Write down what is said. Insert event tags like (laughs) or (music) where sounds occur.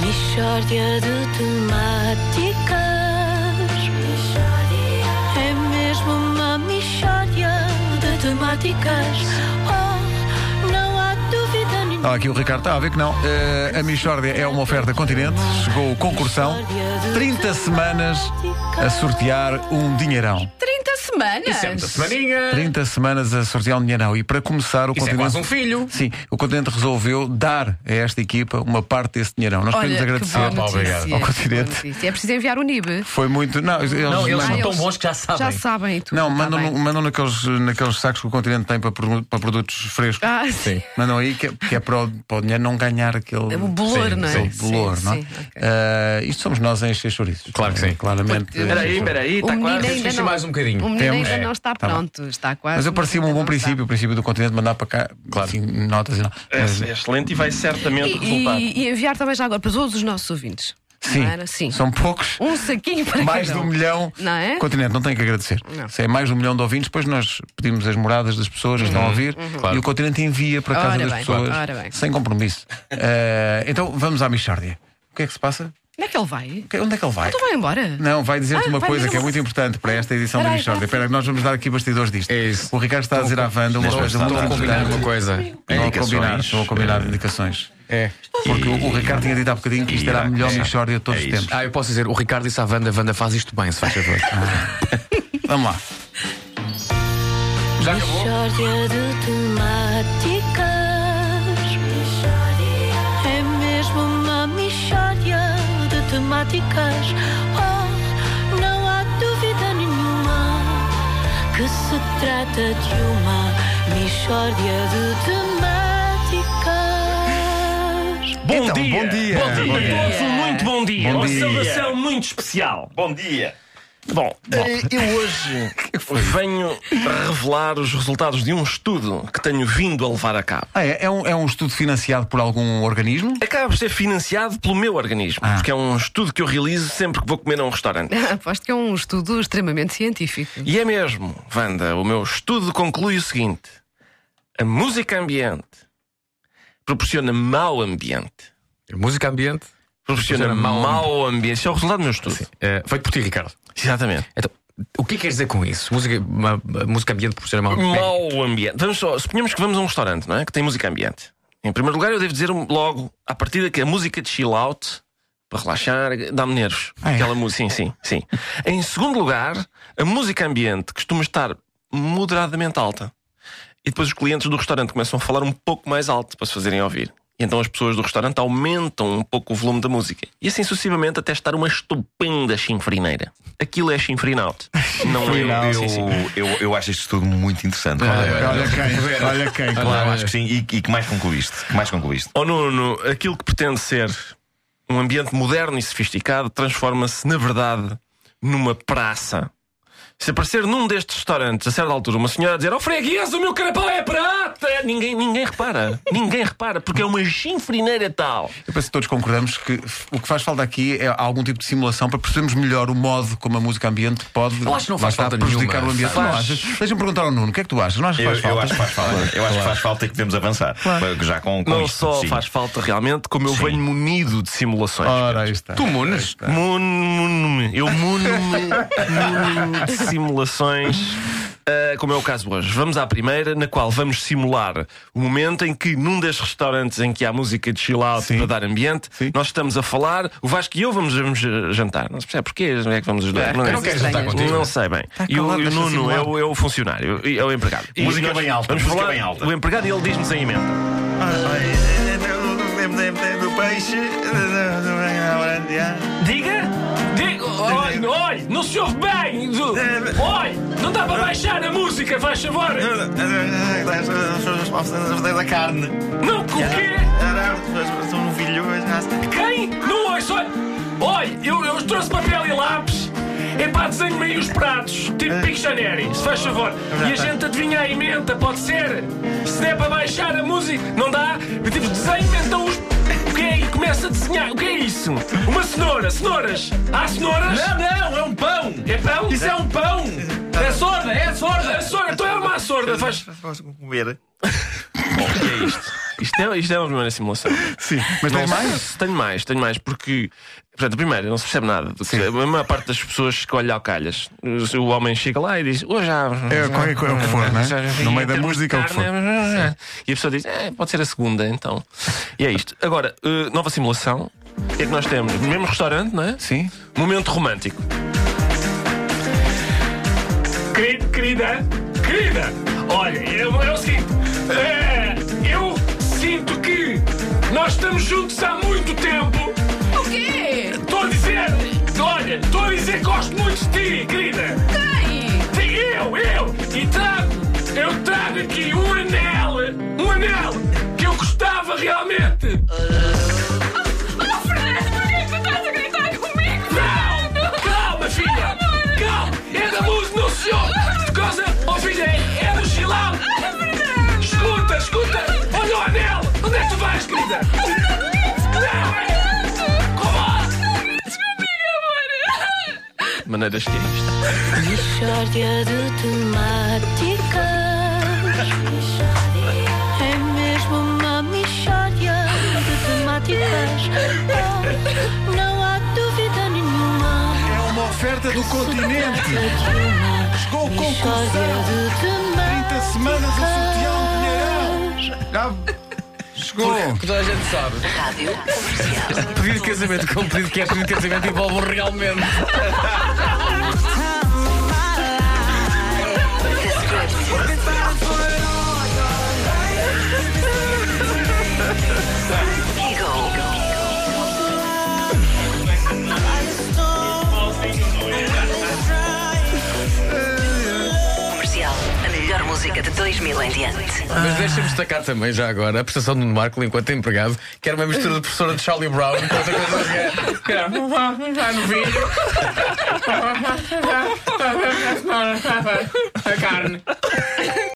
Mistória de temáticas. É mesmo uma mistória de temáticas. Oh, não há dúvida nenhuma. Ah, aqui o Ricardo está a ver que não. Eh, a Michórdia é uma oferta continente. Chegou o concursão. 30 semanas a sortear um dinheirão. 30 semanas. Isso é muita semaninha. 30 semanas a sortear um dinheirão. E para começar, o Isso é continente. quase um filho. Sim, o continente resolveu dar a esta equipa uma parte desse dinheirão. Nós Olha, queremos que boa agradecer pá, obrigado. notícia, ao que boa continente. notícia. É preciso enviar o NIB. Foi muito. Não, eles Não, eles Ah, são tão eles bons que já sabem. Já sabem e tudo. Não, um- tá mandam, bem. no- mandam naqueles, naqueles sacos que o continente tem para, produ- para produtos frescos. Ah, sim. Mandam aí que é, que é para, o, para o dinheiro não ganhar aquele. O bolor, Sim, não é? aquele Sim, bolor, não é? sim, ok. Ah, isto somos nós em encher chouriços. Claro que sim. Claramente. Peraí, peraí, O está menino quase. ainda Fixe não- mais um bocadinho. O menino Temos. ainda É, não está tá bem. pronto, está quase. Mas eu parecia-me um bom ainda não está. princípio, o princípio do continente mandar para cá claro. notas e não. É, Mas- é excelente e vai certamente E, resultar. e- e enviar também já agora para todos os nossos ouvintes. sim, Não era? Sim. são poucos. Um saquinho para Mais de cada um milhão. Não é? Continente, não tenho que agradecer. Não. Se é mais de um milhão de ouvintes, depois nós pedimos as moradas das pessoas que estão a ouvir e Claro. o continente envia para a casa Uhum, Ora das bem, pessoas ora bem. sem compromisso. Eh, então vamos à Michórdia. O que é que se passa? Onde é que ele vai? Que- Onde é que ele vai? Então vai embora. Não, vai dizer-te Ah, uma vai coisa mesmo. que é muito importante para esta edição da Peraí, Michórdia. vai. Espera, que nós vamos dar aqui bastidores disto. É isso. O Ricardo está a dizer à Wanda uma coisa Estão muito a combinar importante. uma coisa. Estão a combinar, Indicações. estão a combinar indicações. É. Porque o o Ricardo tinha dito há bocadinho que isto era a melhor Michórdia de todos os tempos. Ah, eu posso dizer, o Ricardo disse à Wanda, Wanda faz isto bem, se faz favor. Vamos lá. Já acabou? Mistória de temáticas. É mesmo uma mistória de temáticas. Oh, não há dúvida nenhuma que se trata de uma mistória de temáticas. Bom, Então, dia. bom dia. Bom Bom dia. Todos um muito bom dia. Bom uma dia. celebração muito especial. Bom dia. Bom, Eh, Eu hoje venho revelar os resultados de um estudo que tenho vindo a levar a cabo. Ah, é, é um, é um estudo financiado por algum organismo? Acaba por ser financiado pelo meu organismo, porque é um estudo que eu realizo sempre que vou comer a um restaurante. (laughs) Aposto que é um estudo extremamente científico. E é mesmo, Wanda, o meu estudo conclui o seguinte: a música ambiente proporciona mau ambiente. (laughs) Música ambiente. Proporciona Proporciona mau mau, ambiente. Isso é o resultado do meu estudo. eh, feito por ti, Ricardo. Exatamente. Então, o que é que queres dizer com isso? Música, ma- ma- música ambiente por ser mal. Um Mau ambiente. Vamos só, suponhamos que vamos a um restaurante, não é? Que tem música ambiente. Em primeiro lugar, eu devo dizer um, logo, à partida, que a música de chill out, para relaxar, dá-me nervos. Ah, é? Aquela música, sim, sim, sim. em segundo lugar, a música ambiente costuma estar moderadamente alta. E depois os clientes do restaurante começam a falar um pouco mais alto para se fazerem ouvir. E então as pessoas do restaurante aumentam um pouco o volume da música. E assim sucessivamente até estar uma estupenda chinfrineira. Aquilo é chinfrinout. Não é. Eu, Sim, sim. eu, eu acho este estudo muito interessante. É, Olha, olha quem, olha quem. Claro, acho que sim. E, e que mais concluíste? Que mais concluíste? Ó Nuno, aquilo que pretende ser um ambiente moderno e sofisticado transforma-se, na verdade, numa praça. Se aparecer num destes restaurantes, a certa altura, uma senhora a dizer: Oh freguês, o meu carapau é prata! Ninguém, ninguém (laughs) repara. ninguém repara, porque é uma chinfrineira tal. Eu penso que todos concordamos que f- o que faz falta aqui é algum tipo de simulação para percebermos melhor o modo como a música ambiente pode Eu acho que não lá faz está, falta prejudicar nenhuma. o ambiente. Faz. Não achas? Deixa-me perguntar ao Nuno, o que é que tu achas? Não achas que Eu, faz falta? eu acho que faz falta. Eu acho que faz falta e que devemos avançar. Já com, com Não isto, só sim. faz falta realmente, como eu Sim. venho munido de simulações. (laughs) Ora, aí está. Tu munes? Mun, mun, eu muno-me muno-me de simulações, ah, como é o caso hoje. Vamos à primeira, na qual vamos simular o momento em que, num destes restaurantes em que há música de chill out Sim. para dar ambiente, Sim. nós estamos a falar, o Vasco e eu vamos, vamos, ah, jantar. Não se percebe porquê, não é que vamos ajudar. Eu não sei. quero jantar Estranhas. contigo. Não sei bem. calado, e o, e o deixa Nuno simular. é o, é o funcionário, é o empregado. E Música nós bem alta, Vamos música falar, bem alta. O empregado e ele diz-nos em emenda. Do peixe. diga. Diga. É, Olha, olha, não se ouve bem. Olha, não dá para baixar a música, faz favor. Da carne. Não, o quê? São novilhões. Quem? Não ouço. Olha, olha eu, eu trouxe papel e lápis. É para desenho aí os pratos, tipo Pictionary, se faz favor. E a gente adivinha a emenda, pode ser? Se der para baixar a música, não dá? Eu tipo, desenho, então os. O que é? E começa a desenhar. O que é isso? Uma cenoura, cenouras. Há cenouras? Não, não, é um pão. É pão? Isso é um pão. É sorda, é sorda. É sorda, então é uma sorda. Faz... Posso comer? E é isto. Isto é, isto é uma primeira simulação. Sim. Mas tens Não mais? se- Tenho mais, tenho mais, porque. Portanto, primeiro, não se percebe nada. A maior parte das pessoas escolhe ao calhas. O homem chega lá e diz: Hoje há. É, qualquer coisa, o que for, né? No meio da música, o que for. né? Carne, E a pessoa diz: "É, Pode ser a segunda, então. E é isto. Agora, eh, nova simulação. O que é que nós temos? Mesmo restaurante, não é? Sim. Momento romântico. Querido, querida, querida, olha, é, é o seguinte: é, eu sinto que nós estamos juntos há muito tempo. O quê? Estou a dizer, olha, estou a dizer que gosto muito de ti, querida. Sim, eu, eu! E trago, eu trago aqui um anel, um anel que eu gostava realmente. Oh, Fernando, por que tu estás a gritar comigo? Não! Calma, filha! Calma! É da música, não se ouve! De coisa, oh filha, é, é do chilau! Escuta, escuta! Olha o anel! Onde é que tu vais, querida? Não! é- Como? Maneiras que é isto. Mixórdia de temáticas É mesmo uma mixórdia de temáticas Oh, Não há dúvida nenhuma É uma oferta do continente. Chegou o Mixórdia concursão. de 30 temáticas semanas a sortear um dinheirão. Já chegou. Que toda a gente sabe. Pedido de casamento com pedido que é pedido de casamento envolve realmente. Comercial, a melhor música de 2000 em diante. Mas deixa-me destacar também, já agora, a prestação do Marco enquanto empregado, que era uma mistura de professora de Charlie Brown com outra coisa que era. Já no vídeo. A carne.